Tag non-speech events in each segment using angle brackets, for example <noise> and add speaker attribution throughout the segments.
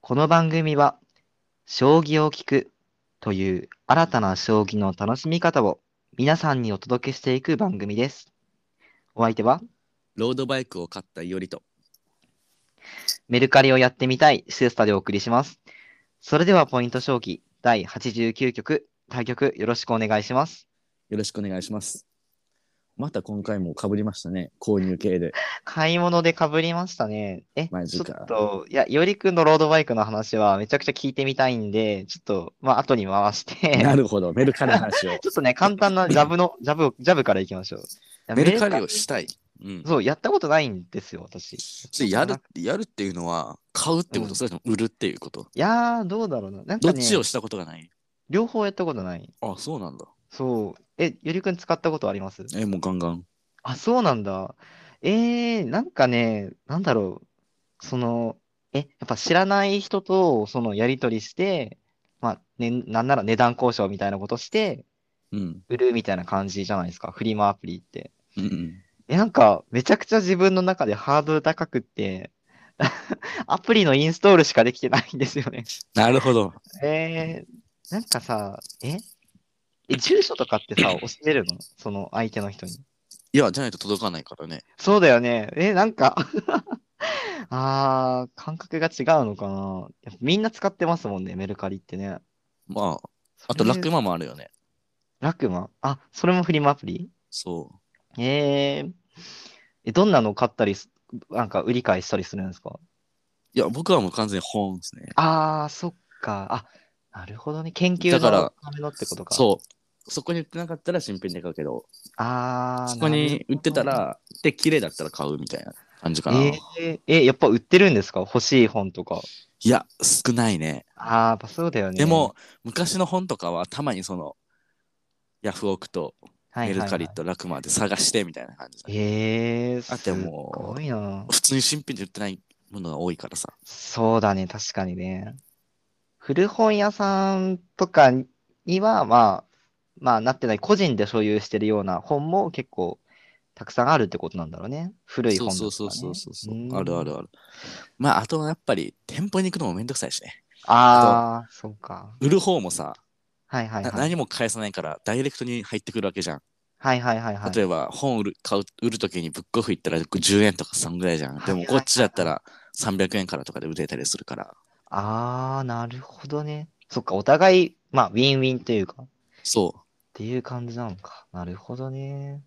Speaker 1: この番組は、将棋を聞くという新たな将棋の楽しみ方を皆さんにお届けしていく番組です。お相手は、
Speaker 2: ロードバイクを買ったいおりと。
Speaker 1: メルカリをやってみたいシエスタでお送りします。それでは、ポイント将棋第89局、対局よろしくお願いします。
Speaker 2: よろしくお願いします。また今回も被りましたね。購入系で。
Speaker 1: 買い物でかぶりましたね。え、
Speaker 2: マジ
Speaker 1: ちょ
Speaker 2: か
Speaker 1: っと、いや、よりくんのロードバイクの話はめちゃくちゃ聞いてみたいんで、ちょっと、まあ、後に回して。
Speaker 2: なるほど。メルカリの話を
Speaker 1: <laughs> 。ちょっとね、簡単なジャブの、ジャブを、ジャブからいきましょういや。
Speaker 3: メルカ
Speaker 1: メ
Speaker 3: リをしたい。うん。
Speaker 1: そう、やったことないんですよ、私。い
Speaker 3: それやるやるっていうのは、買うってこと、
Speaker 1: うん
Speaker 3: それとも売るっていうこと。
Speaker 1: やー、どうだろうな。なん
Speaker 3: ど
Speaker 1: か
Speaker 3: っ
Speaker 1: ね、
Speaker 3: ちをしたことがない。
Speaker 1: 両方やったことない。
Speaker 3: あ、そうなんだ。
Speaker 1: そう。え、ゆりくん使ったことあります
Speaker 3: え、もうガンガン。
Speaker 1: あ、そうなんだ。えー、なんかね、なんだろう。その、え、やっぱ知らない人と、その、やりとりして、まあ、ね、なんなら値段交渉みたいなことして、
Speaker 3: うん。
Speaker 1: 売るみたいな感じじゃないですか、フリマアプリって。
Speaker 3: うんうん。
Speaker 1: え、なんか、めちゃくちゃ自分の中でハードル高くって、 <laughs> アプリのインストールしかできてないんですよね。
Speaker 3: なるほど。
Speaker 1: えー、なんかさ、ええ、住所とかってさ、教えるのその相手の人に。
Speaker 3: いや、じゃないと届かないからね。
Speaker 1: そうだよね。え、なんか <laughs> あー、感覚が違うのかな。やっぱみんな使ってますもんね、メルカリってね。
Speaker 3: まあ、あ
Speaker 1: そ
Speaker 3: と、
Speaker 1: れ
Speaker 3: ラクマもあるよね。
Speaker 1: ラクマあ、それもフリマアプリ
Speaker 3: そ
Speaker 1: えー、え、どんなの買ったりす、なんか売り買いしたりするんですか
Speaker 3: う。いや、僕はもう完全に本ですね。
Speaker 1: ああ、そっか。あ、なるほどね。研究
Speaker 3: だか
Speaker 1: の
Speaker 3: ら
Speaker 1: ためのってことか。う。
Speaker 3: そう。そこに売ってなかったら新品で買うけど、
Speaker 1: ああ、
Speaker 3: そこに売ってたら、で、綺麗だったら買うみたいな感じか
Speaker 1: な
Speaker 3: な。
Speaker 1: るほどね。えーえ、やっぱ売ってるんですか欲しい本とか。
Speaker 3: いや、少ないね。
Speaker 1: ああ、やっぱそうだよね。
Speaker 3: でも、昔の本とかは、たまにその、ヤフオクと
Speaker 1: はいは
Speaker 3: メ
Speaker 1: い
Speaker 3: ル
Speaker 1: はい、
Speaker 3: カリとラクマで探してみたいな感じだね、
Speaker 1: ええー、
Speaker 3: あっても
Speaker 1: すっごいな。
Speaker 3: 普通に新品で売ってないものが多いからさ。
Speaker 1: そうだね、確かにね。古本屋さんとかには、まあ、まあ、なってない、個人で所有してるような本も結構たくさんあるってことなんだろうね。古い
Speaker 3: そ
Speaker 1: 本だ
Speaker 3: うそう
Speaker 1: と
Speaker 3: そう
Speaker 1: か
Speaker 3: そう
Speaker 1: ね。
Speaker 3: そうそう、
Speaker 1: うん
Speaker 3: あるあるある。まあ、あとはやっぱり店舗に行くのもめんどくさいしね。
Speaker 1: ああ、そうか。
Speaker 3: 売る方もさ、
Speaker 1: はいはい
Speaker 3: な
Speaker 1: はい。
Speaker 3: 何も返さないからダイレクトに入ってくるわけじゃん。
Speaker 1: はいはいはいはい。
Speaker 3: 例えば本売る買う売るときにブックオフ行ったら10円とか3ぐらいじゃん。でもこっちだったら300円からとかで売れたりするから。
Speaker 1: ああ、なるほどね。そっか、お互い、まあ、ウィンウィンというか、っ
Speaker 3: そ
Speaker 1: ていう感じなのか。なるほどね。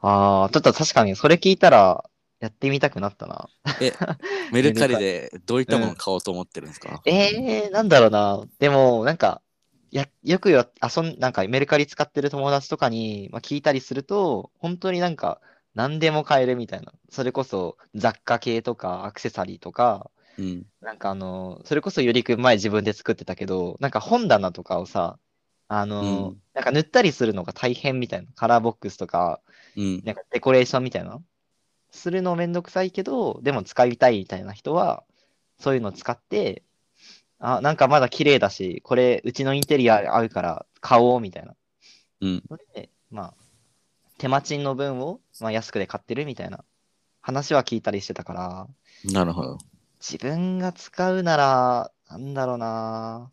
Speaker 1: ああ、ちょっと確かに、それ聞いたら、やってみたくなったな。
Speaker 3: う。メルカリでどういったものを買おうと思ってるんですか、
Speaker 1: ええー、なんだろうな。でも、なんか、や、よくよ、遊ん、なんか、メルカリ使ってる友達とかに、まあ、聞いたりすると、本当になんか、何でも買えるみたいな。それこそ、雑貨系とか、アクセサリーとか、
Speaker 3: うん。
Speaker 1: なんかあの、それこそよりくん前自分で作ってたけど、なんか本棚とかをさ、あの、
Speaker 3: うん
Speaker 1: なんか塗ったりするのが大変みたいな。カラーボックスとか、
Speaker 3: うん。
Speaker 1: なんかデコレーションみたいな。するのめんどくさいけど、でも使いたいみたいな人は、そういうのを使って、あ、なんかまだ綺麗だし、これうちのインテリア合うから買おうみたいな。
Speaker 3: うん。
Speaker 1: ので、まあ、手間賃の分を、まあ、安くで買ってるみたいな話は聞いたりしてたから、
Speaker 3: なるほど。
Speaker 1: 自分が使うなら、なんだろうな。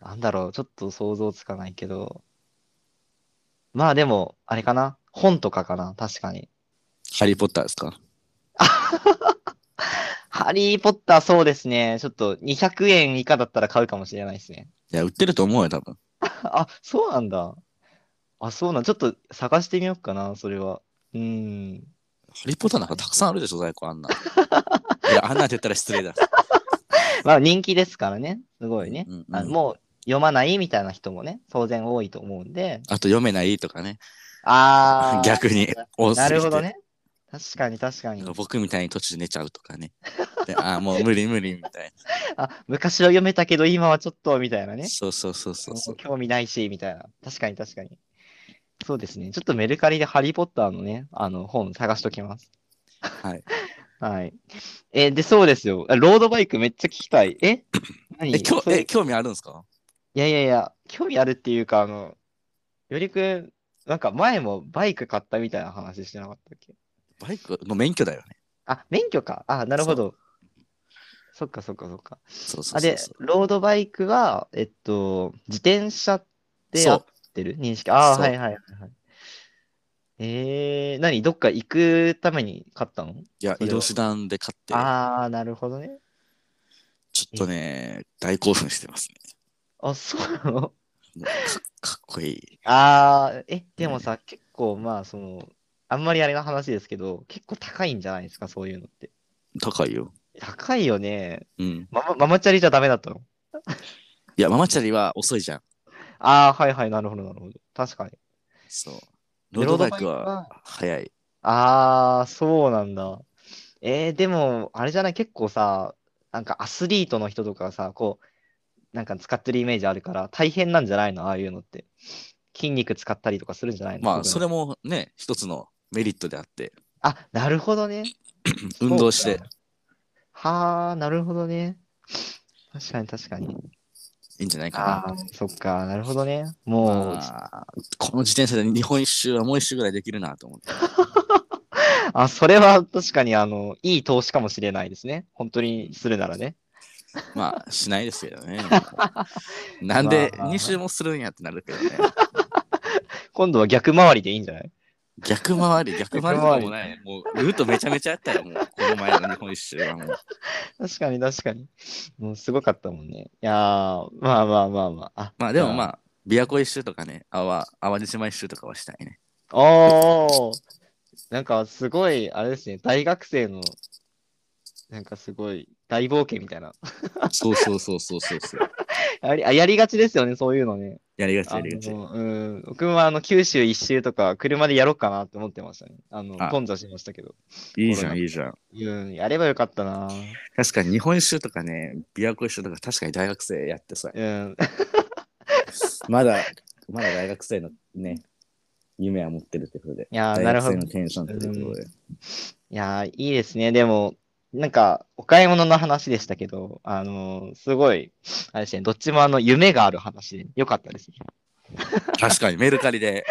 Speaker 1: なんだろう、ちょっと想像つかないけど。まあでも、あれかな。本とかかな、確かに。
Speaker 3: ハリー・ポッターですか
Speaker 1: ハリー・ポッター、そうですね。ちょっと200円以下だったら買うかもしれないですね。
Speaker 3: いや、売ってると思うよ、多分。
Speaker 1: あ、そうなんだ。あ、そうなんちょっと探してみようかな、それは。うーん。
Speaker 3: ハリー・ポッターなんかたくさんあるでしょ、在庫あんな。
Speaker 1: <laughs>
Speaker 3: いや、あんなって言ったら失礼だ。
Speaker 1: まあ人気ですからね。すごいね。
Speaker 3: うんうん
Speaker 1: あもう読まないみたいな人もね、当然多いと思うんで。
Speaker 3: あと読めないとかね。
Speaker 1: あー
Speaker 3: <laughs> 逆に多すぎ
Speaker 1: な
Speaker 3: て
Speaker 1: るほど。ね。確かに確か
Speaker 3: な
Speaker 1: に
Speaker 3: んか。僕みたいに途中で寝ちゃうとかね。でああ、もう無理無理みたい
Speaker 1: あ、昔は読めたけど今はちょっとみたい <laughs> なね
Speaker 3: な。。そうそうそうそうそう。
Speaker 1: 興味ないしみたいな。確かに確かに。そうですね。ちょっとメルカリでハリー・ポッターのね、あの本探しときます。
Speaker 3: はい。
Speaker 1: はい。えーで、そうですよ。あロードバイクめっちゃ聞きたい。
Speaker 3: <coughs>
Speaker 1: え何
Speaker 3: え、きょ
Speaker 1: そう
Speaker 3: え
Speaker 1: い
Speaker 3: 興味あるんですか
Speaker 1: やいやいや、興味あるっていうか、あの、よりくん、なんか前もバイク買ったみたいな話してなかったっけ
Speaker 3: バイクの免許だよね。
Speaker 1: あ、免許か。あ、なるほど。そそっかそっかそっか。
Speaker 3: そうそう
Speaker 1: あ、
Speaker 3: そう
Speaker 1: で
Speaker 3: そ、う。
Speaker 1: ロードバイクは、えっと、自転車って
Speaker 3: そ
Speaker 1: 合
Speaker 3: う
Speaker 1: ってる認識。ああ、
Speaker 3: そう
Speaker 1: はいはいはいはい。えー、何どっか行くために買ったの
Speaker 3: いや、
Speaker 1: そ
Speaker 3: 移
Speaker 1: れは
Speaker 3: 動手段で買って、
Speaker 1: ああ、なるほどね。
Speaker 3: ちょっとね、大興奮してますね。
Speaker 1: あ、そうなの
Speaker 3: もうかかっ <laughs> こいい。
Speaker 1: ああ、え、でもさ、結構まあ、その、あんまりあれの話ですけど、結構高いんじゃないですか、そういうのって。
Speaker 3: 高いよ。
Speaker 1: 高いよね。
Speaker 3: うん。
Speaker 1: ママママチャリじゃダメだったの
Speaker 3: いや、ママチャリは遅いじゃん。
Speaker 1: ああ、はいはい、なるほど、なるほど。確かに。
Speaker 3: そう。ロ
Speaker 1: で
Speaker 3: ードバイク
Speaker 1: ロードバイ
Speaker 3: は
Speaker 1: ク
Speaker 3: 速い。
Speaker 1: ああ、そうなんだ。えー、でも、あれじゃない、結構さ、なんかアスリートの人とかさ、こう、なんか使ってるイメージあるから、大変なんじゃないのああいうのって。筋肉使ったりとかするんじゃないの
Speaker 3: まあ、
Speaker 1: す
Speaker 3: そ
Speaker 1: ごい
Speaker 3: れもね、一つのメリットであって、
Speaker 1: あ、なるほどね。
Speaker 3: 運動して
Speaker 1: はあ、なるほどね。確かに確かに。
Speaker 3: いいんじゃない
Speaker 1: あ
Speaker 3: か
Speaker 1: あ、そっか、なるほどね。
Speaker 3: な。
Speaker 1: もう、
Speaker 3: まあこの自転車で日本一周はもう一周ぐらいできるなと思って。
Speaker 1: あ、それは確かに、あの、いい投資かもしれないですね。本当にするならね。
Speaker 3: まあ、しないですけど
Speaker 1: <laughs>
Speaker 3: ね。なんで2周もするんやってなるけどね。
Speaker 1: 今度は逆回りでいいんじゃない
Speaker 3: 逆
Speaker 2: <laughs>
Speaker 3: 回り、逆回りでもない。もう、ルートめちゃめちゃあったよ、もう。この前の日本一周はもう。
Speaker 1: 確かに確かに。もうすごかったもんね。いやー、まあまあまあまあ。あ、
Speaker 3: まあ、でもまあ、琵琶湖一周とかね、淡淡路島一周とかはしたいね。
Speaker 1: あ。おー。なんかすごい、あれですね、大学生の、なんかすごい大冒険みたいな。
Speaker 3: そうそうそうそうそうそう。
Speaker 1: やりあやりがちですよね、そういうのね。
Speaker 3: やりがち、
Speaker 1: あ
Speaker 3: やりがち。
Speaker 1: のうん、僕もあの九州一周とか車でやろうかなって思ってましたね。あの、
Speaker 3: あ
Speaker 1: 頓挫しましたけど。
Speaker 3: いいじゃん、いいじゃん。
Speaker 1: うん、やればよかったな。
Speaker 3: 確かに日本一周とかね、琵琶湖一周とか確かに大学生やってさ、
Speaker 1: うん。
Speaker 2: まだ、まだ大学生のね、夢は持ってるってことで。
Speaker 1: い
Speaker 3: <laughs>
Speaker 1: やー、
Speaker 2: 大
Speaker 1: なる
Speaker 2: 学
Speaker 1: ほ
Speaker 2: 生
Speaker 1: ど
Speaker 2: の。テンションってことで。
Speaker 1: いやー、いいですね。でも、なんか、お買い物の話でしたけど、あのーすごい、あれですね、どっちもあの、夢がある話で、よかったですね。
Speaker 3: 確かにメルカリで、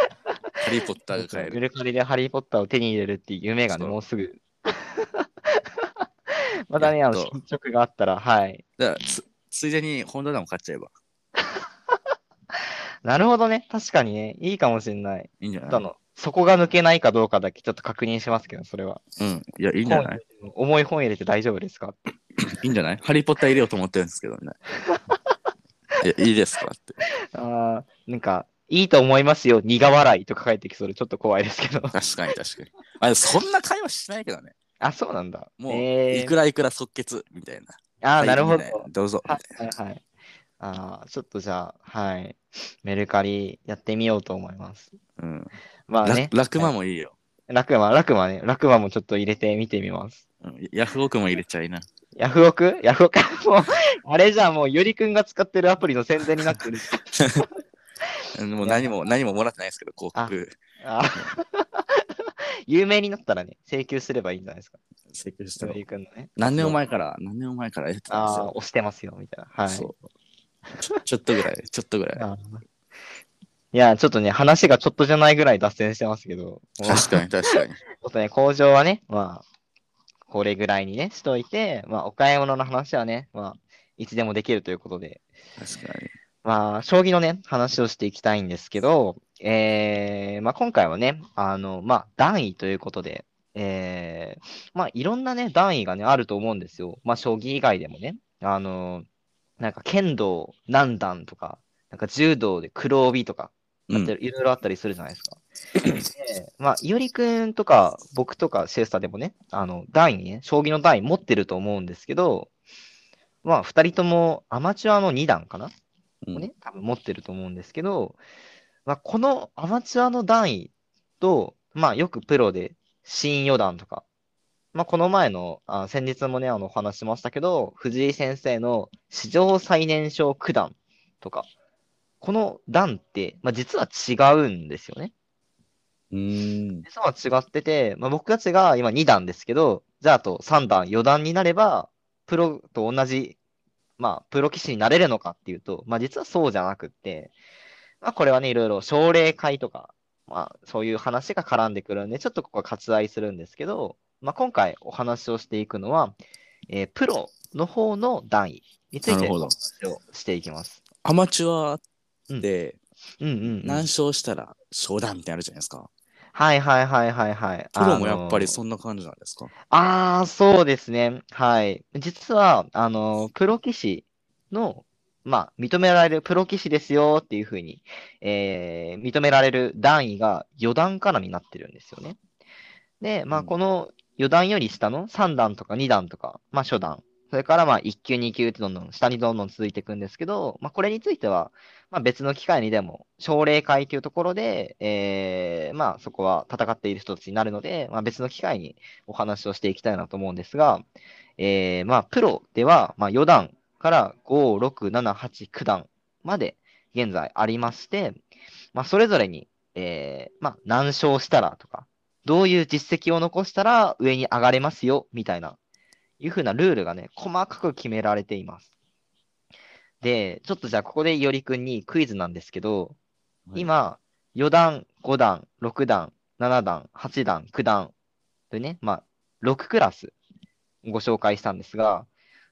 Speaker 3: ハリー・ポッターが買え
Speaker 1: メ
Speaker 3: る。
Speaker 1: ルカリでハリー・ポッターを手に入れるっていう夢がね、
Speaker 3: そう
Speaker 1: もうすぐ。 <laughs> またね、あの、
Speaker 3: やっと
Speaker 1: 進捗があったら、はい。
Speaker 3: だからつ、ついでに本棚も買っちゃえば
Speaker 1: なるほどね。確かにね、いいかもしれない。
Speaker 3: いいんじゃ
Speaker 1: あ
Speaker 3: ない
Speaker 1: の、そこが抜けないかどうかだけちょっと確認しますけど、それは。
Speaker 3: うん。いや、いいんじゃない
Speaker 1: 本重い本入れて大丈夫ですか
Speaker 3: いいんじゃないハリー・ポッター入れようと思ってるんですけどね。いや、いいですかって。
Speaker 1: あーなんか、いいと思いますよ、苦笑いとか書いてきそうで、ちょっと怖いですけど。
Speaker 3: 確かに確かに。あそんな会話しないけどね。
Speaker 1: <laughs> あ、そうなんだ。
Speaker 3: もう、
Speaker 1: え
Speaker 3: いくらいくら即決みたい
Speaker 1: ー、
Speaker 3: な。
Speaker 1: あー
Speaker 3: はい
Speaker 1: なるほど。
Speaker 3: みたいなどうぞ。
Speaker 1: はいはいはい。ああ、ちょっとじゃあ、はい。メルカリやってみようと思います。
Speaker 3: うん。
Speaker 1: まあ
Speaker 3: ラ
Speaker 1: ね、
Speaker 3: ラクマもいいよ。
Speaker 1: ラクマ、ラクマね、ラクマもちょっと入れてみてみます。
Speaker 3: うん、ヤフオクも入れちゃいな。
Speaker 1: ヤフオクヤフオク <laughs> もう、あれじゃあもう、ゆりくんが使ってるアプリの宣伝になってる。
Speaker 3: うんもう何も、何ももらってないですけど、広告。
Speaker 1: あー <laughs> 有名になったらね、請求すればいいんじゃないですか。
Speaker 3: 請求した
Speaker 1: ゆ
Speaker 3: ら
Speaker 1: りくんのね。
Speaker 3: 何年も前から、何年も前からやってたんで
Speaker 1: あ
Speaker 3: す
Speaker 1: あ、
Speaker 3: よ。
Speaker 1: 押してますよ、みたいな。はい。
Speaker 3: そうちょ。ちょっとぐらい、ちょっとぐらい。
Speaker 1: あーいや、ちょっとね、話がちょっとじゃないぐらい脱線してますけど。もう
Speaker 3: 確かに確かに。
Speaker 1: ちょっとね、工場はね、まあ、これぐらいにね、しといて、まあ、お買い物の話はね、まあ、いつでもできるということで、
Speaker 3: 確かに。
Speaker 1: まあ、将棋のね、話をしていきたいんですけど、えー、まあ、今回はね、あの、まあ、段位ということで、えー、まあ、いろんなね、段位がね、あると思うんですよ。まあ、将棋以外でもね、あの、なんか、剣道何段とか、なんか、柔道で黒帯とか、
Speaker 3: う
Speaker 1: なって
Speaker 3: ん、
Speaker 1: るいろいろあったりするじゃないですか。で、まあ、いおりくんとか、僕とか、シェスターでもね、あの、段位ね、将棋の段位持ってると思うんですけど、まあ、二人ともアマチュアの2段かな、
Speaker 3: うん
Speaker 1: をね、多分持ってると思うんですけど、まあ、このアマチュアの段位と、まあ、よくプロで、新四段とか、まあ、この前の、あ先日もね、あの、お話ししましたけど、藤井先生の史上最年少九段とか、この段って、まあ、実は違うんですよね。
Speaker 2: うーん。
Speaker 1: 実は違ってて、まあ、僕たちが今2段ですけど、じゃああと3段、4段になれば、プロと同じ、まあ、プロ棋士になれるのかっていうと、まあ、実はそうじゃなくって、まあ、これはね、いろいろ奨励会とか、まあ、そういう話が絡んでくるんで、ちょっとここは割愛するんですけど、まあ、今回お話をしていくのは、えープロの方の段位につい
Speaker 3: な
Speaker 1: て
Speaker 3: るほど
Speaker 1: 発表していきます。
Speaker 3: アマチュアって
Speaker 1: うんうん、うん
Speaker 3: 何。勝したら勝だみたいなのあるじゃないですか。
Speaker 1: はいはいはいはいはい。
Speaker 3: プロもやっぱり
Speaker 1: う。
Speaker 3: そんな感じなんですか。
Speaker 1: ああ、そうですね。はい。実は、あの、プロ棋士の、まあ、認められるプロ棋士ですよっていうふうに、えー認められる段位が4段からになってるんですよね。で、ま
Speaker 3: う
Speaker 1: あ、
Speaker 3: ん
Speaker 1: この4段より下の3段とか2段とか、まあ、初段、それからまあ1級、2級ってどんどん下にどんどん続いていくんですけど、まあ、これについては、まあ、別の機会にでも、奨励会というところで、えーまあ、そこは戦っている人たちになるので、まあ、別の機会にお話をしていきたいなと思うんですが、えーまあ、プロでは、まあ、4段から5、6、7、8、9段まで現在ありまして、まあ、それぞれに、えーまあ、何勝したらとか、どういう実績を残したら上に上がれますよ、みたいな、いうふうなルールがね、細かく決められています。で、ちょっとじゃあここでいおりくんにクイズなんですけど、
Speaker 3: はい
Speaker 1: 今、4段、5段、6段、7段、8段、9段というね、まあ、6クラスご紹介したんですが、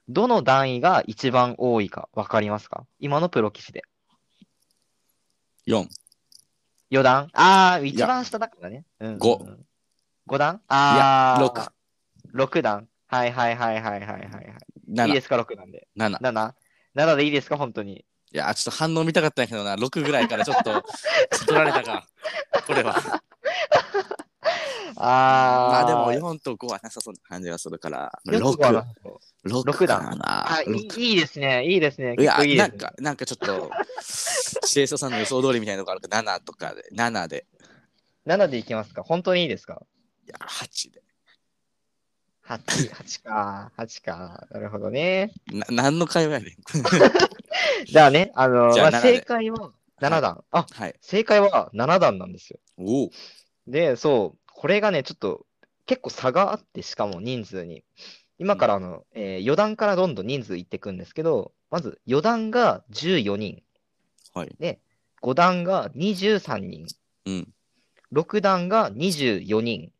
Speaker 1: どの段位が一番多いかわかりますか今のプロ棋士で。
Speaker 3: 4、
Speaker 1: 4段ああ、一
Speaker 3: や
Speaker 1: 番下だからね。うん、
Speaker 3: 五
Speaker 1: うん。5段ああ、
Speaker 3: 六、
Speaker 1: 6段はいはいはいはいはいはいはい。いいで
Speaker 3: 7、
Speaker 1: すか、6段で。
Speaker 3: 7。
Speaker 1: 7? 7でいいですか、本当に。
Speaker 3: いや、ちょっと反応見たかったんやけどな、6ぐらいからちょっと <laughs> 取られたか、これは。ま
Speaker 1: あ
Speaker 3: あで
Speaker 1: ー
Speaker 3: も、4と5はなさそうな感じがするから、
Speaker 1: よくわかん、
Speaker 3: 6
Speaker 1: ない
Speaker 3: 6
Speaker 1: 六だ
Speaker 3: かな。
Speaker 1: あい
Speaker 3: 六
Speaker 1: い、いいですね、いいですね。
Speaker 3: い
Speaker 1: 結
Speaker 3: や
Speaker 1: 構いい、で
Speaker 3: な
Speaker 1: す
Speaker 3: ん
Speaker 1: ね
Speaker 3: か、なんかちょっと、シエソさんの予想通りみたいなとこあるから、7とかで、7で、
Speaker 1: 7でいきますか本当にいいですか
Speaker 3: いや、8で。
Speaker 1: 8, 8か、8か。なるほどね。
Speaker 3: な何の会話やねん。 <laughs>
Speaker 1: じゃあね、あの、
Speaker 3: じゃあ
Speaker 1: まあ
Speaker 3: 7で
Speaker 1: 正解は7段。あ、
Speaker 3: はい。
Speaker 1: 正解は7段なんですよ。
Speaker 3: おお。
Speaker 1: で、そう、これがね、ちょっと結構差があって、しかも人数に。今からあの、え4段からどんどん人数いっていくんですけど、まず4段が14人、
Speaker 3: はい。
Speaker 1: 5段が23人、
Speaker 3: うん。
Speaker 1: 6段が24人、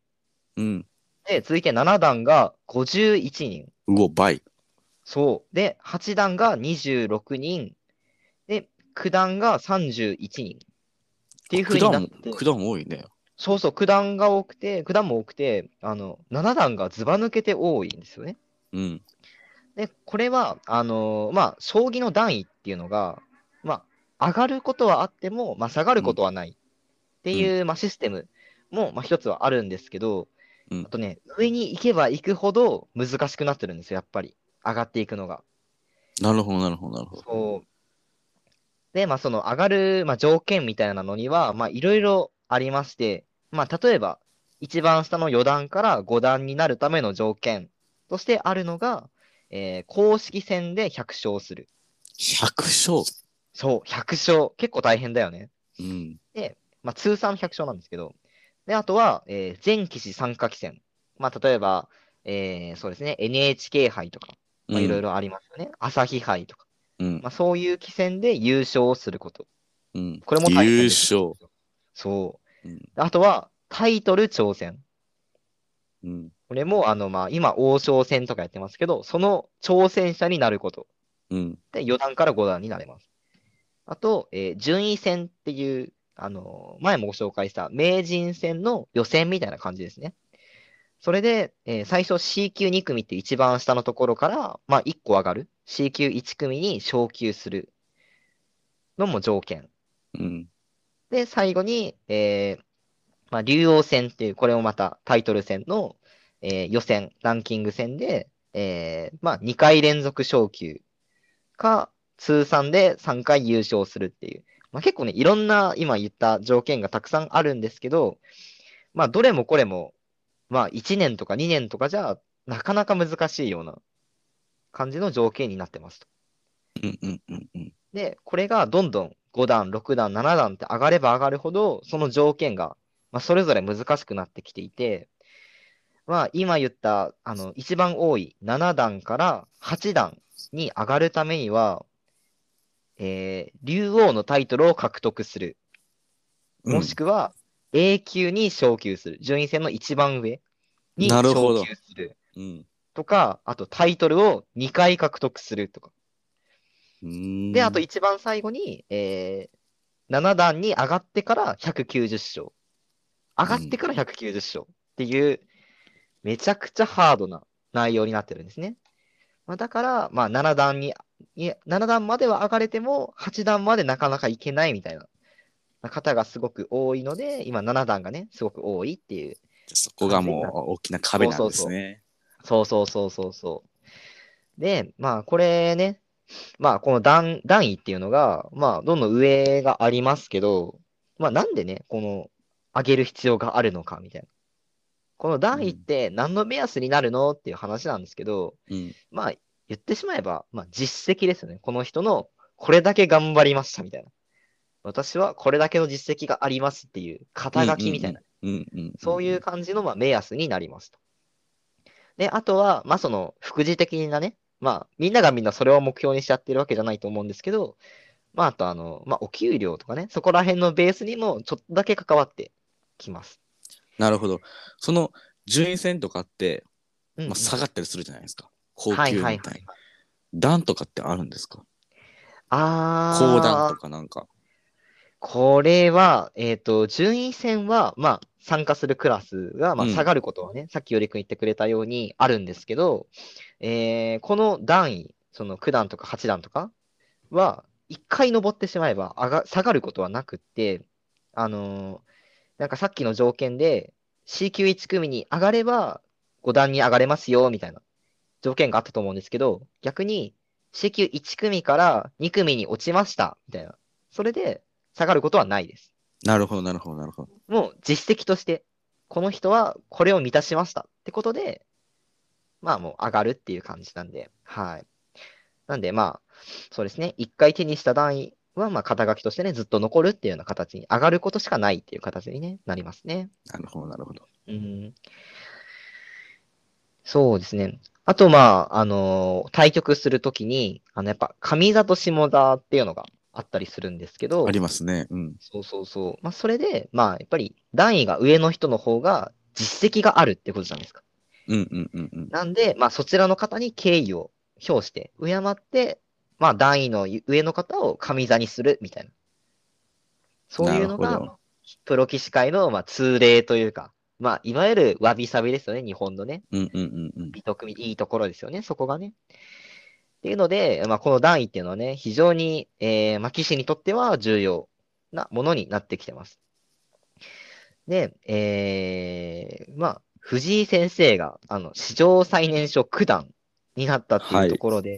Speaker 3: うん。
Speaker 1: で、続いて7段が51人。
Speaker 3: うお、倍。
Speaker 1: そう。で、8段が26人。で、9段が31人。っていう風になっ
Speaker 3: 段も、
Speaker 1: て、
Speaker 3: 九段多いね。
Speaker 1: そうそう、9段が多くて、9段も多くて、あの、7段がずば抜けて多いんですよね。
Speaker 3: うん。
Speaker 1: で、これは、あのーまあ、将棋の段位っていうのが、まあ、上がることはあっても、まあ、下がることはないっていう、まあ、システムも、まあ、一つはあるんですけど、
Speaker 3: うん
Speaker 1: あとね、上に行けば行くほど難しくなってるんですよ、やっぱり。上がっていくのが。
Speaker 3: なるほど、なるほど、なるほど。
Speaker 1: そう。で、まあ、その上がる、まあ、条件みたいなのには、まあ、いろいろありまして、まあ、例えば、一番下の4段から5段になるための条件としてあるのが、えー公式戦で100勝する。
Speaker 3: 100勝。
Speaker 1: そう、100勝。結構大変だよね。
Speaker 3: うん。
Speaker 1: まあ、通算100勝なんですけど、で、あとは、えー全棋士参加棋戦。まあ、例えば、えーそうですね、NHK 杯とか、まあ、いろい
Speaker 3: ろ。
Speaker 1: ろありますよね。朝日杯とか。
Speaker 3: うん。
Speaker 1: まあ、そういう棋戦で優勝をすること。
Speaker 3: うん。
Speaker 1: これも大変
Speaker 3: 優
Speaker 1: です
Speaker 3: 勝。
Speaker 1: そう。
Speaker 3: うん
Speaker 1: あとは、タイトル挑戦。
Speaker 3: うん。
Speaker 1: これも、あの、まあ、今、王将戦とかやってますけど、その挑戦者になること。
Speaker 3: うん。
Speaker 1: で、4段から5段になれます。あと、えー順位戦っていう、あのー前もご紹介した名人戦の予選みたいな感じですね。それで、えー最初 C 級2組っていう一番下のところから、まあ、1個上がる。C 級1組に昇級するのも条件。
Speaker 3: うん。
Speaker 1: で、最後に、えーまあ、竜王戦っていう、これもまたタイトル戦の、えー予選、ランキング戦で、えーまあ、2回連続昇級か、通算で3回優勝するっていう。まあ、結構ね、いろんな今言った条件がたくさんあるんですけど、まあ、どれもこれも、まあ、1年とか2年とかじゃ、なかなか難しいような感じの条件になってますと。
Speaker 3: うん。うん。うん。うん。
Speaker 1: で、これがどんどん5段、6段、7段って上がれば上がるほど、その条件が、まあ、それぞれ難しくなってきていて、まあ、今言った、あの、一番多い7段から8段に上がるためには、えー竜王のタイトルを獲得する。
Speaker 3: うん
Speaker 1: もしくは、A 級に昇級する。順位戦の一番上に
Speaker 3: なるほ
Speaker 1: 昇
Speaker 3: ど
Speaker 1: 級する。
Speaker 3: うん。
Speaker 1: とか、あとタイトルを2回獲得するとか。
Speaker 2: うん
Speaker 1: で、あと一番最後に、えー、7段に上がってから190勝。上がってから190勝っていう、めちゃくちゃハードな内容になってるんですね。まあ、だから、まあ、7段に、いや7段までは上がれても、8段までなかなかいけないみたいな方がすごく多いので、今7段がね、すごく多いっていう
Speaker 3: そこがもう大きな壁なんですね。
Speaker 1: そうそうそうそうそう。で、まあこれね、まあこの段段位っていうのが、まあどんどん上がありますけど、まあなんでね、この上げる必要があるのかみたいな。この段位って何の目安になるのっていう話なんですけど、
Speaker 3: うん
Speaker 1: まあ言ってしまえば、まあ実績ですよね。この人のこれだけ頑張りましたみたいな。私はこれだけの実績がありますっていう肩書きみたいな。
Speaker 3: うんうん
Speaker 1: そういう感じのまあ目安になりますと。で、あとは、まあ、その、副次的なね、まあ、みんながみんなそれを目標にしちゃってるわけじゃないと思うんですけど、まあ、あと、あの、まあ、お給料とかね、そこら辺のベースにもちょっとだけ関わってきます。
Speaker 3: なるほど。その順位戦とかって、
Speaker 1: うんうん
Speaker 3: まあ、下がったりするじゃないですか。高級み
Speaker 1: は
Speaker 3: た
Speaker 1: い
Speaker 3: いな。
Speaker 1: はいはい。
Speaker 3: 段とかってあるんですか
Speaker 1: あー、
Speaker 3: 高段とかなんか。
Speaker 1: これは、えっ、と、順位戦は、まあ、参加するクラスが、まあ、
Speaker 3: うん
Speaker 1: 下がることはね、さっきよりくん言ってくれたようにあるんですけど、えーこの段位、その九段とか八段とかは、一回登ってしまえば上が、下がることはなくって、あのーなんかさっきの条件で、C 級1組に上がれば、5段に上がれますよ、みたいな条件があったと思うんですけど、逆に C 級1組から2組に落ちました、みたいな。それで、下がることはないです。
Speaker 3: なるほど、なるほど、なるほど。
Speaker 1: もう実績として、この人はこれを満たしましたってことで、まあもう上がるっていう感じなんで、はい。なんでまあ、そうですね、一回手にした段位は、まあ肩書きとしてね、ずっと残るっていうような形に、上がることしかないっていう形に、ね、なりますね。
Speaker 3: なるほど、なるほど。
Speaker 1: うん。そうですね。あとまあ、あのー対局するときに、あのやっぱ上座と下座っていうのがあったりするんですけど
Speaker 3: あ、りますね。うん。
Speaker 1: そうそうそう。まあ、それで、まあ、やっぱり、段位が上の人の方が、実績があるってことじゃないですか。
Speaker 3: うんうんうんうん。
Speaker 1: なんで、まあ、そちらの方に敬意を表して、敬って、まあ、段位の上の方を上座にするみたいな。そういうの
Speaker 3: な
Speaker 1: が
Speaker 3: るほど、
Speaker 1: プロ棋士界の、まあ、通例というか、まあ、いわゆるわびさびですよね、日本のね。
Speaker 3: うんうんうんうん。
Speaker 1: 美徳みいいところですよね、そこがね。っていうので、まあ、この段位っていうのはね、非常に、えーまあ、棋士にとっては重要なものになってきてます。で、えーまあ、藤井先生が、あの、史上最年少九段になったって
Speaker 3: は
Speaker 1: いう
Speaker 3: い
Speaker 1: ところで、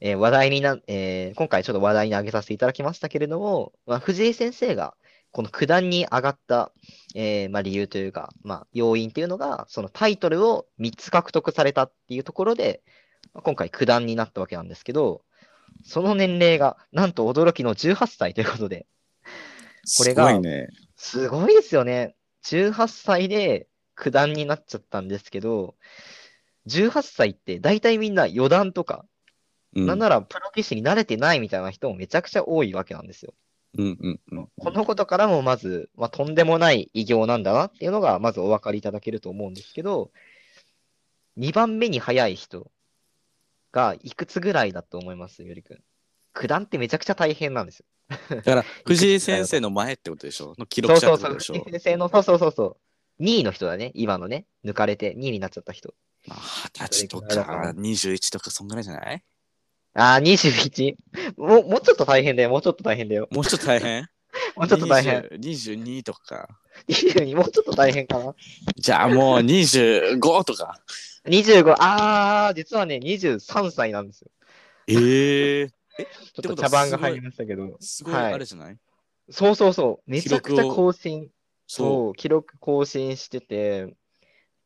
Speaker 1: えー話題にな、えー今回ちょっと話題に挙げさせていただきましたけれども、まあ、藤井先生が、この九段に上がった、えーまあ、理由というか、まあ、要因っていうのが、そのタイトルを3つ獲得されたっていうところで、まあ今回九段になったわけなんですけど、その年齢がなんと驚きの18歳ということで、これが
Speaker 3: すごいね。
Speaker 1: すごいですよね。18歳で九段になっちゃったんですけど、18歳って大体みんな四段とか、
Speaker 3: うん
Speaker 1: なんならプロ棋士に慣れてないみたいな人もめちゃくちゃ多いわけなんですよ。
Speaker 3: うんうんうん。
Speaker 1: <laughs> このことからもまず、まあ、とんでもない偉業なんだなっていうのが、まずお分かりいただけると思うんですけど、2番目に早い人がいくつぐらいだと思います、よりくん。九段ってめちゃくちゃ大変なんですよ。
Speaker 3: だから、藤井先生の前ってことでしょの記
Speaker 1: <laughs> そう
Speaker 3: 録者
Speaker 1: そう
Speaker 3: ってこ
Speaker 1: そう、
Speaker 3: とでしょ
Speaker 1: 藤井先生の、そうそうそうそう。2位の人だね、今のね、抜かれて2位になっちゃった人。
Speaker 3: まあ二十歳と
Speaker 1: それぐらいだ
Speaker 3: か21とか、そんぐらいじゃない
Speaker 1: あー、21。もう、もうちょっと大変だよ、もうちょっと大変だよ。
Speaker 3: もうちょっと大変
Speaker 1: <laughs> もうちょっと大変。。
Speaker 3: 20 22とか。
Speaker 1: 22、もうちょっと大変かな。
Speaker 3: じゃあもう25
Speaker 1: <laughs>
Speaker 3: とか。
Speaker 1: 25、あー、実はね、23歳なんですよ。
Speaker 3: ええ
Speaker 1: ちょっと茶番が入りましたけど。
Speaker 3: すごい
Speaker 1: はい
Speaker 3: あれじゃない、
Speaker 1: そうそうそう。めちゃくちゃ
Speaker 3: 記録を
Speaker 1: 更新。
Speaker 3: そう。
Speaker 1: そう、記録更新してて。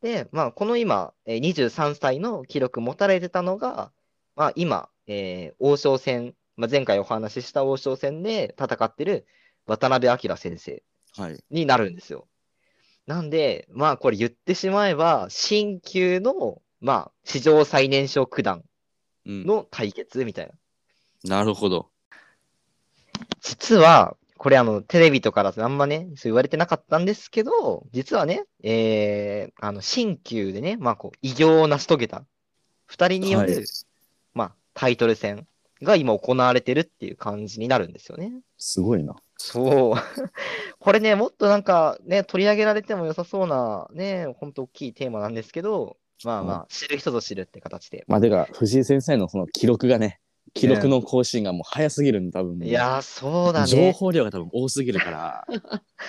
Speaker 1: で、まあ、この今、えー23歳の記録持たれてたのが、まあ、今、えー王将戦、まあ、前回お話しした王将戦で戦ってる渡辺明先生
Speaker 3: はい。
Speaker 1: になるんですよ。なんで、まあ、これ言ってしまえば、新旧の、まあ、史上最年少九段
Speaker 3: うん、
Speaker 1: の対決みたいな。
Speaker 3: なるほど。
Speaker 1: 実は、これあの、テレビとかだとあんまね、そう言われてなかったんですけど、実はね、えー、あの、新旧でね、まあこう、偉業を成し遂げた2人による、
Speaker 3: はい
Speaker 1: まあ、タイトル戦が今行われてるっていう感じになるんですよね。
Speaker 3: すごいな。
Speaker 1: そう。 <laughs> これね、もっとなんかね、取り上げられても良さそうな、ね、ほんと大きいテーマなんですけど、まあまあ、知る人ぞ知るって形で。
Speaker 3: まあ、てか、藤井先生のその記録がね、記録の更新がもう早すぎるんだ、多分もう
Speaker 1: いやー、そうだ
Speaker 4: 情
Speaker 1: ね。
Speaker 4: 報量が多分多すぎる
Speaker 1: <laughs>
Speaker 4: から、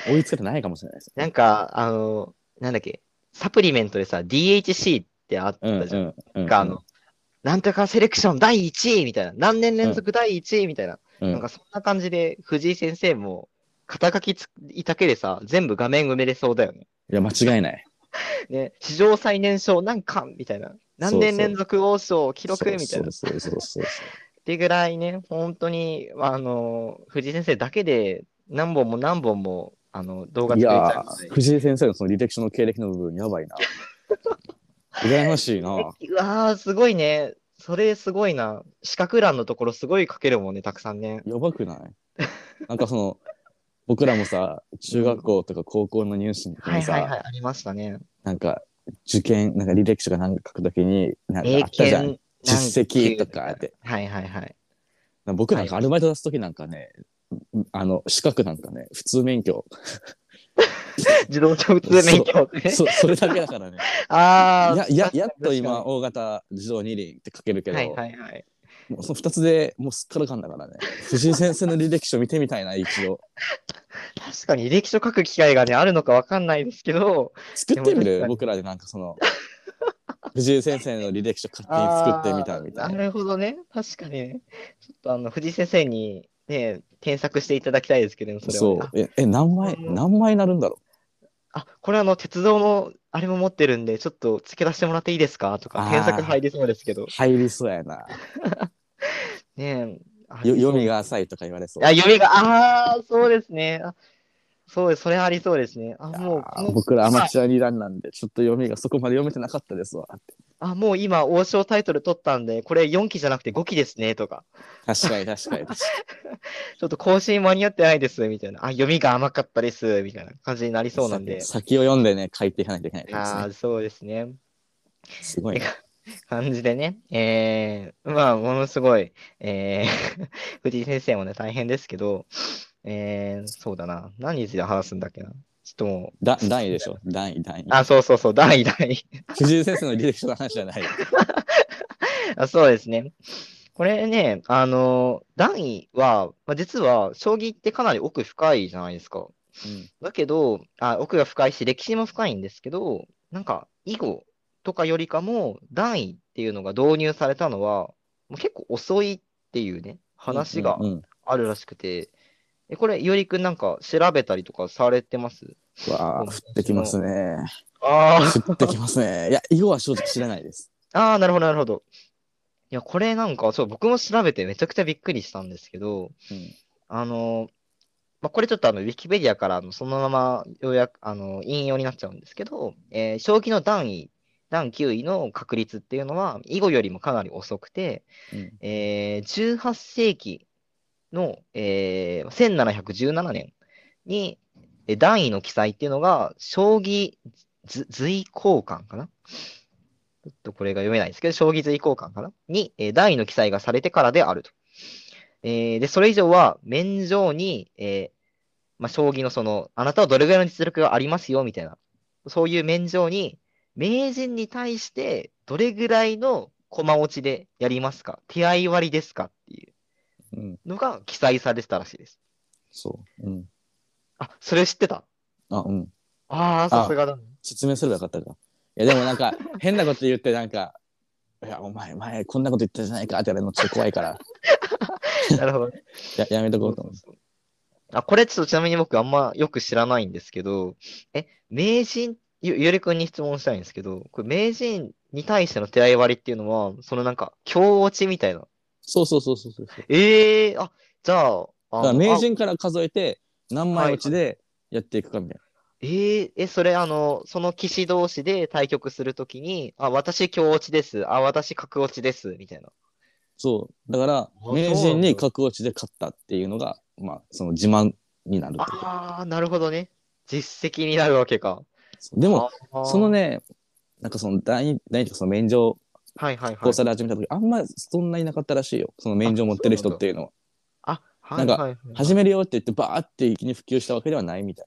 Speaker 3: 追いつけてないかもしれないです。
Speaker 1: なんか、あの、なんだっけ、サプリメントでさ、DHC ってあっ
Speaker 3: うん、う
Speaker 1: たじゃん。
Speaker 3: ん、うん。
Speaker 1: か、あの、なんとかセレクション第1位みたいな、何年連続第1位みたいな、
Speaker 3: うん、
Speaker 1: なんかそんな感じで、藤井先生も、肩書きついだけでさ、全部画面埋めれそうだよね。
Speaker 3: いや、間違いない。
Speaker 1: ね、史上最年少何冠みたいな、何年連続王将記録みたいな。っ
Speaker 3: そうそうそうそうそう。
Speaker 1: てぐらいね、本当に、あの、藤井先生だけで、何本も何本も、あの、動 <laughs> 画
Speaker 3: い
Speaker 1: 作れち
Speaker 3: や
Speaker 1: ゃう
Speaker 3: ー、
Speaker 1: ので。
Speaker 3: 藤井先生のその履歴書の経歴の部分、やば
Speaker 1: <laughs>
Speaker 3: いな。羨ましいな。
Speaker 1: うわー、すごいね。それすごいな。四角欄のところすごい書けるもんね、たくさんね。
Speaker 3: やばくないなんかその、僕らもさ、中学校とか高校の入試の時
Speaker 1: はい
Speaker 3: にさ、
Speaker 1: はいはい、ありましたね。
Speaker 3: なんか、受験、なんか履歴書が何か書くときに、なんかあ
Speaker 1: 英
Speaker 3: ったじゃん。
Speaker 1: 検
Speaker 3: 実績とかって。
Speaker 1: はいはいはい。
Speaker 3: なんか僕なんか
Speaker 1: は
Speaker 3: ア
Speaker 1: い
Speaker 3: ルバイト出すときなんかね、あの、資格なんかね、普通免許。
Speaker 1: 自動車普通免許ね。
Speaker 3: <laughs> そそれだけだからね。
Speaker 1: <laughs> ああ、
Speaker 3: や、や、やっと
Speaker 1: 確
Speaker 3: 今、
Speaker 1: か
Speaker 3: 大型自動二輪って書けるけ
Speaker 1: には
Speaker 3: ど、
Speaker 1: いはいはい。
Speaker 3: もうその二つでもうすっからかんだからね。
Speaker 1: <laughs>
Speaker 3: 藤井先生の履歴書見てみたいな、一度。
Speaker 1: 確かに履歴書書く機会がね、あるのかわかんないですけど、
Speaker 3: 作ってみ
Speaker 1: でも確
Speaker 3: る
Speaker 1: かに
Speaker 3: 僕らでなんかその、藤井先生の履歴書勝 <laughs> 手に作ってみたみた
Speaker 1: あー
Speaker 3: いな。
Speaker 1: なるほどね。確かにね。ちょっとあの、藤井先生にね、添削していただきたいですけど、それ
Speaker 3: そ
Speaker 1: を
Speaker 3: う
Speaker 1: ね、あ。
Speaker 3: え、え何枚、
Speaker 1: うん
Speaker 3: 何枚なるんだろ
Speaker 1: あ、これあの、鉄道のあれも持ってるんで、ちょっと付け出してもらっていいですかとか
Speaker 3: あ、ー
Speaker 1: 添削入りそうですけど
Speaker 3: う。。入りそうやな。
Speaker 1: ねえあり
Speaker 3: よ
Speaker 1: そう
Speaker 3: 読みが浅いとか言われそう。
Speaker 1: あ、読みが、ああ、そうですね。あそうです、それありそうですね。あ、
Speaker 3: いやー
Speaker 1: もうこの、
Speaker 3: 僕らアマチュアリーランなんで、ちょっと読みがそこまで読めてなかったですわ。って
Speaker 1: あ、もう今、王将タイトル取ったんで、これ4期じゃなくて5期ですね、とか、
Speaker 3: 確かに確かに確か
Speaker 1: ちょっと更新間に合ってないです、みたいな。あ、読みが甘かったです、みたいな感じになり
Speaker 3: に。
Speaker 1: そうなんで。
Speaker 3: 先を読んでね、書いていかないといけないで
Speaker 1: ああ、そうですね。
Speaker 3: すね。すごいな。
Speaker 1: 感じでね。えー、まあ、ものすごい、えー、 <laughs> 藤井先生もね、大変ですけど、えー、そうだな。何について話すんだっけな。ちょっともう、
Speaker 3: だ、段位でしょ。段位、段位。
Speaker 1: あ、そうそうそう、第第
Speaker 3: 藤井先生の履歴書の話じゃない。
Speaker 1: あ、そうですね。これね、あの、段位は、まあ、実は、将棋ってかなり奥深いじゃないですか。だけど、あ、奥が深いし、歴史も深いんですけど、なんか、囲碁とかよりかも、段位っていうのが導入されたのは、もう結構遅いっていうね、話が
Speaker 3: うんうん
Speaker 1: あるらしくて、え、これ、いおりくんなんか調べたりとかされてます
Speaker 3: うんわあ、降ってきますね。
Speaker 1: あ
Speaker 3: 降ってきますね。いや、囲碁は正直知らないです。
Speaker 1: ああ、なるほど、なるほど。いや、これなんか、そう、僕も調べてめちゃくちゃびっくりしたんですけど、あの、まあ、これちょっとあの、ウィキペディアからあのそのままようやく、あの、引用になっちゃうんですけど、えー将棋の段位、段9位の確率っていうのは、囲碁よりもかなり遅くて、
Speaker 3: うん
Speaker 1: えー18世紀の、えー1717年に、えー段位の記載っていうのが、将棋ず随交換かなちょっとこれが読めないですけど、将棋随交換かなに、えー段位の記載がされてからであると。えーで、それ以上は、免状に、えーまあ、将棋のその、あなたはどれぐらいの実力がありますよ、みたいな。そういう免状に、名人に対して、どれぐらいの駒落ちでやりますか手合い割りですかってい
Speaker 3: うん。うん。
Speaker 1: うのが記載されてたらしいです。
Speaker 3: そう。うん。
Speaker 1: あ、それ知ってた
Speaker 3: あ、うん。
Speaker 1: ああ、さすがだね。
Speaker 3: 説明すればよかったか。いや、でもなんか、変なこと言って、なんか、いや、お前、前、こんなこと言ったじゃないかって言われるのちょっと怖いから、
Speaker 1: なるほど。
Speaker 3: ややめとこうと
Speaker 1: <laughs>
Speaker 3: 思って。
Speaker 1: あ、これちょっとちなみに僕あんまよく知らないんですけど、え、名人、ゆ、ゆりくんに質問したいんですけど、これ名人に対しての手合い割りっていうのは、そのなんか、強落ちみたいな。
Speaker 3: そうそうそうそうそう。
Speaker 1: ええあ、じゃあ、あ
Speaker 3: だから
Speaker 1: の
Speaker 3: 名
Speaker 1: あ
Speaker 3: 人から数えて、何枚落ちでやっていくかみたい
Speaker 1: えええ、それあの、その棋士同士で対局するときに、あ、私強落ちです。あ、私角落ちです。みたいな。
Speaker 3: な。そう。だから
Speaker 1: そ、う
Speaker 3: 名人に格落ちで勝ったっていうのが、まあ、その自慢になるというか
Speaker 1: ああ、なるほどね。実績になるわけか。
Speaker 3: そうでも、
Speaker 1: あー
Speaker 3: そのね、なんかその第二、第二とかその免状
Speaker 1: はいはいは
Speaker 2: 交
Speaker 1: い。
Speaker 2: 際で始めた時、あんまそんないなかったらしいよその免状持ってる人っていうのは
Speaker 1: あ、は
Speaker 2: ないんか
Speaker 1: はいはい。
Speaker 2: 始めるよって言ってバーって一気に普及したわけではないみたい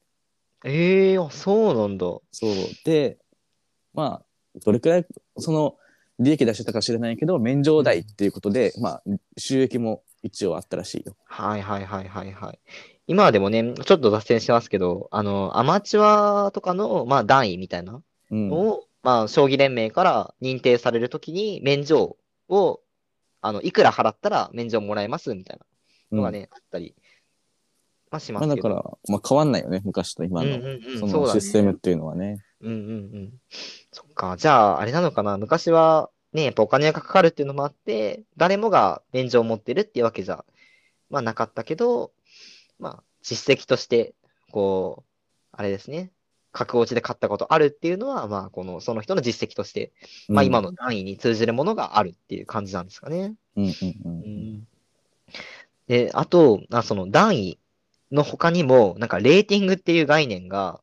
Speaker 1: ええあ、そうなんだ。
Speaker 2: そうでまあどれくらいその利益出してたか知らないけど免状代っていうことで、まあ収益も一応あったらしいよ
Speaker 1: はいはいはいはいはい。今はでもね、ちょっと脱線してますけど、あの、アマチュアとかの、まあ、段位みたいな
Speaker 2: うん
Speaker 1: のを、まあ、将棋連盟から認定されるときに、免状を、あの、いくら払ったら免状もらえますみたいなのがね、あったり、まあ、しま
Speaker 2: まあ、
Speaker 1: す
Speaker 2: だ
Speaker 1: け
Speaker 2: か
Speaker 1: ど。
Speaker 2: ら、まあ、変わんないよね昔と今
Speaker 1: うん
Speaker 2: の、
Speaker 1: うんうん、
Speaker 2: そ
Speaker 1: そ
Speaker 2: の
Speaker 1: うだ
Speaker 2: シ
Speaker 1: ね。
Speaker 2: ステムっていうのはね
Speaker 1: うんうんうん。そっか。じゃあ、あれなのかな。昔は、ね、やっぱお金がかかるっていうのもあって、誰もが免状を持ってるっていうわけじゃ、まあなかったけど、まあ、実績として、こう、あれですね。格落ちで勝ったことあるっていうのは、まあ、この、その人の実績として、まあ今
Speaker 2: の、
Speaker 1: の段位に通じるものがあるっていう感じなんですかね。
Speaker 2: うんうんうん
Speaker 1: で、あと、あ、その段位の他にも、なんかレーティングっていう概念が、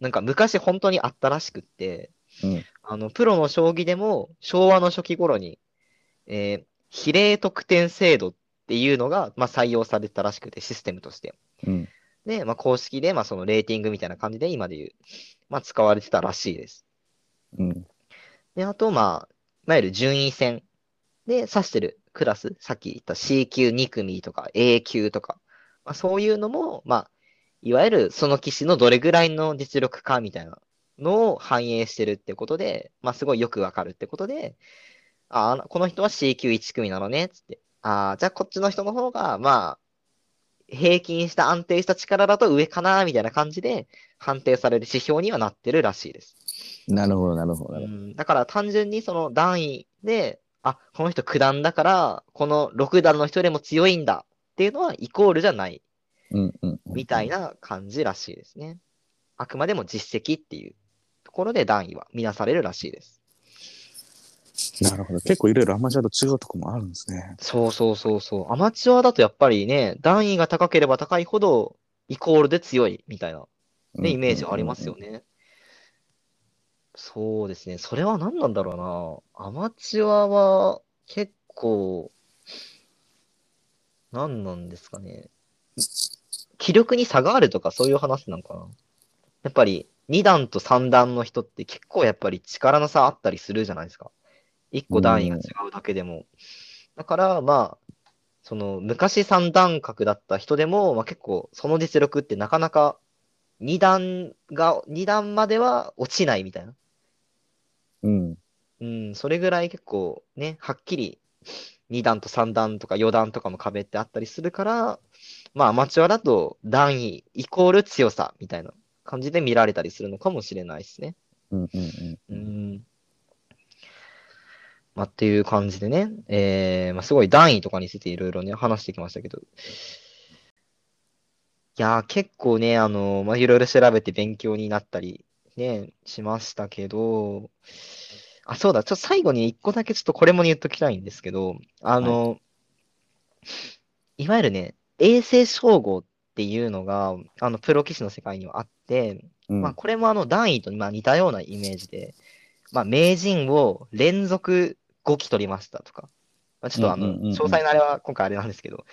Speaker 1: なんか昔本当にあったらしくって、
Speaker 2: うん
Speaker 1: あの、プロの将棋でも昭和の初期頃に、えー比例得点制度っていうのが、まあ、採用されてたらしくて、システムとして。
Speaker 2: うん
Speaker 1: で、まあ、公式で、まあ、そのレーティングみたいな感じで今で言う、まあ、使われてたらしいです。
Speaker 2: うん
Speaker 1: で、あと、まあ、いわゆる順位戦で指してるクラス、さっき言った C 級2組とか A 級とか、まあ、そういうのも、まあ、いわゆるその棋士のどれぐらいの実力かみたいなのを反映してるってことで、まあ、すごいよくわかるってことで、ああの、この人は C 級1組なのね、つって。ああ、じゃあこっちの人の方が、まあ、平均した安定した力だと上かな、みたいな感じで判定される指標にはなってるらしいです。
Speaker 2: なるほどなるほどなるほど
Speaker 1: うんだから単純にその段位で、あ、この人九段だから、この六段の人よりも強いんだっていうのはイコールじゃない
Speaker 2: うんうんうん
Speaker 1: みたいな感じらしいですね。あくまでも実績っていうところで段位は見なされるらしいです。
Speaker 2: なるほど。結構いろいろアマチュアと違うとこもあるんですね。
Speaker 1: そうそうそうそう。アマチュアだとやっぱりね、段位が高ければ高いほどイコールで強いみたいな、ね、イメージはありますよ
Speaker 2: ね。
Speaker 1: ね。そうですね。それは何なんだろうな。アマチュアは結構、何なんですかね。気力に差があるとかそういう話なのかな。やっぱり2段と3段の人って結構やっぱり力の差あったりするじゃないですか。1個段位が違うだけでも。だからまあ、その昔3段格だった人でも、まあ、結構その実力ってなかなか2段が、2段までは落ちないみたいな。
Speaker 2: うん。
Speaker 1: うん、それぐらい結構ね、はっきり2段と3段とか4段とかも壁ってあったりするから、まあアマチュアだと段位イコール強さみたいな感じで見られたりするのかもしれないですね。
Speaker 2: うんうん
Speaker 1: う
Speaker 2: うん。
Speaker 1: ん。まあっていう感じでね、えーまあ、すごい段位とかについていろいろね、話してきましたけど。いやー、結構ね、あのーまあ、いろいろ調べて勉強になったり、ね、しましたけど、あ、そうだ、ちょっと最後に一個だけちょっとこれも言っときたいんですけど、あのいわゆるね、衛星称号っていうのが、あの、プロ棋士の世界にはあって、
Speaker 2: うん
Speaker 1: まあ、これもあの段位とまあ似たようなイメージで、まあ、名人を連続5期取りましたとか、まあ、ちょっとあの
Speaker 2: うんうんうんうん
Speaker 1: 詳細なあれは今回あれなんですけど、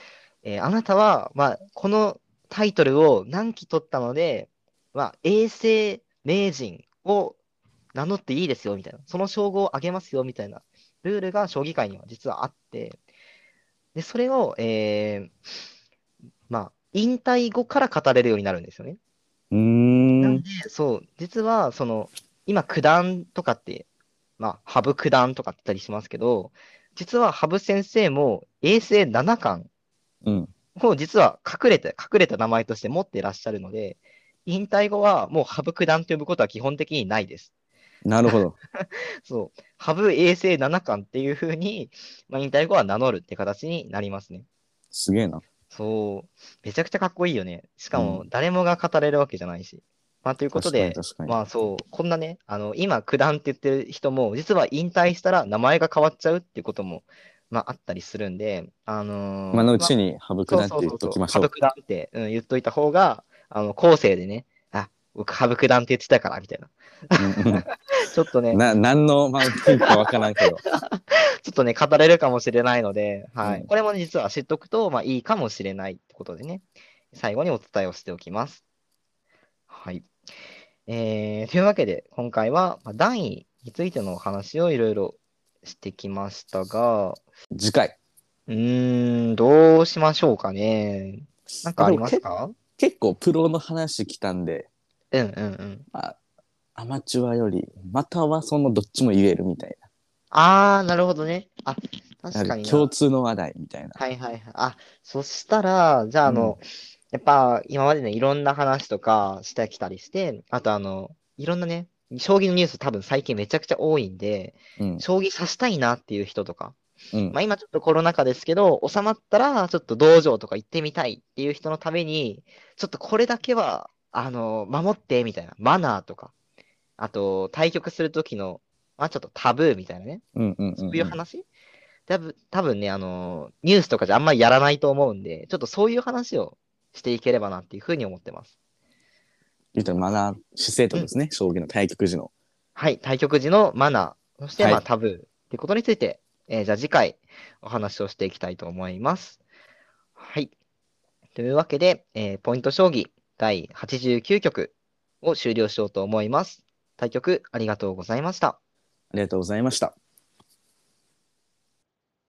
Speaker 1: えーあなたはまあこのタイトルを何期取ったので、まあ、永世名人を名乗っていいですよみたいな、その称号をあげますよみたいなルールが将棋界には実はあって、でそれを、えーまあ、引退後から語れるようになるんですよね。
Speaker 2: うーん。う
Speaker 1: なん
Speaker 2: ん
Speaker 1: で、そう、実は、その、今、九段とかって、まあ、羽生九段とかって言ったりしますけど、実は羽生先生も、永世七冠
Speaker 2: うん
Speaker 1: を実は隠れて、隠れた名前として持っていらっしゃるので、引退後はもう羽生九段と呼ぶことは基本的にないです。
Speaker 2: なるほ
Speaker 1: <laughs>
Speaker 2: ど。
Speaker 1: そう、羽生永世七冠っていうふうに、まあ、引退後は名乗るって形になりますね。
Speaker 2: すげえな。
Speaker 1: そう、めちゃくちゃかっこいいよね。しかも
Speaker 2: う、
Speaker 1: 誰もが語れるわけじゃないし。まあ、ということで、
Speaker 2: 確かに確かに。
Speaker 1: まあそう、こんなね、あの、今、九段って言ってる人も、実は引退したら名前が変わっちゃうっていうことも、まああったりするんで、あのー
Speaker 2: 今のうち
Speaker 1: ま
Speaker 2: に省
Speaker 1: あ
Speaker 2: くなって
Speaker 1: そう
Speaker 2: 言っ
Speaker 1: そう
Speaker 2: と
Speaker 1: そう
Speaker 2: き
Speaker 1: そう、
Speaker 2: ましょ
Speaker 1: 羽生
Speaker 2: う。
Speaker 1: 九段って、うん、言っといた方が、あの、後世でね、あ、僕、羽生九段って言ってたから、みたいな。ちょっ
Speaker 2: <laughs>
Speaker 1: とね、
Speaker 3: な何のマウンティンかわからんけど。
Speaker 1: ちょっとね、語れるかもしれないので、はい。
Speaker 3: うん
Speaker 1: これもね実は知っとくと、まあいいかもしれないってことでね、最後にお伝えをしておきます。はい。えー、というわけで、今回は、まあ、段位についてのお話をいろいろしてきましたが、
Speaker 3: 次回。
Speaker 1: うーん、どうしましょうかね。なんかありますか
Speaker 3: 結構プロの話来たんで、
Speaker 1: うんうんうん。
Speaker 3: まあ、アマチュアより、またはそのどっちも言えるみたい
Speaker 1: あー、なるほどね。あ、
Speaker 3: な。
Speaker 1: 確かにな
Speaker 3: 共通の話題みたいな。
Speaker 1: はいはいはい。あ、そしたら、じゃあ、あの、やっぱ今までね、いろんな話とかしてきたりして、あとあの、いろんなね、将棋のニュース多分最近めちゃくちゃ多いんで、
Speaker 3: うん。
Speaker 1: 将棋指したいなっていう人とか、
Speaker 3: うん
Speaker 1: まあ今ちょっとコロナ禍ですけど、収まったらちょっと道場とか行ってみたいっていう人のために、ちょっとこれだけは、あの、守ってみたいな、マナーとか、あと対局する時の、まあちょっとタブーみたいなね、
Speaker 3: うんうんうん。
Speaker 1: そうういうん話多分多分ね、あのーニュースとかじゃあんまりやらないと思うんで、ちょっとそういう話をしていければなっていうふうに思ってます。
Speaker 3: 言うたらマナー、姿勢とかですね、将棋の対局時の。
Speaker 1: はい、対局時のマナー、そして、
Speaker 3: はい
Speaker 1: まあ、タブーってことについて、えーじゃあ次回お話をしていきたいと思います。はい。というわけで、えーポイント将棋第89局を終了しようと思います。対局ありがとうございました。
Speaker 3: ありがとうございました。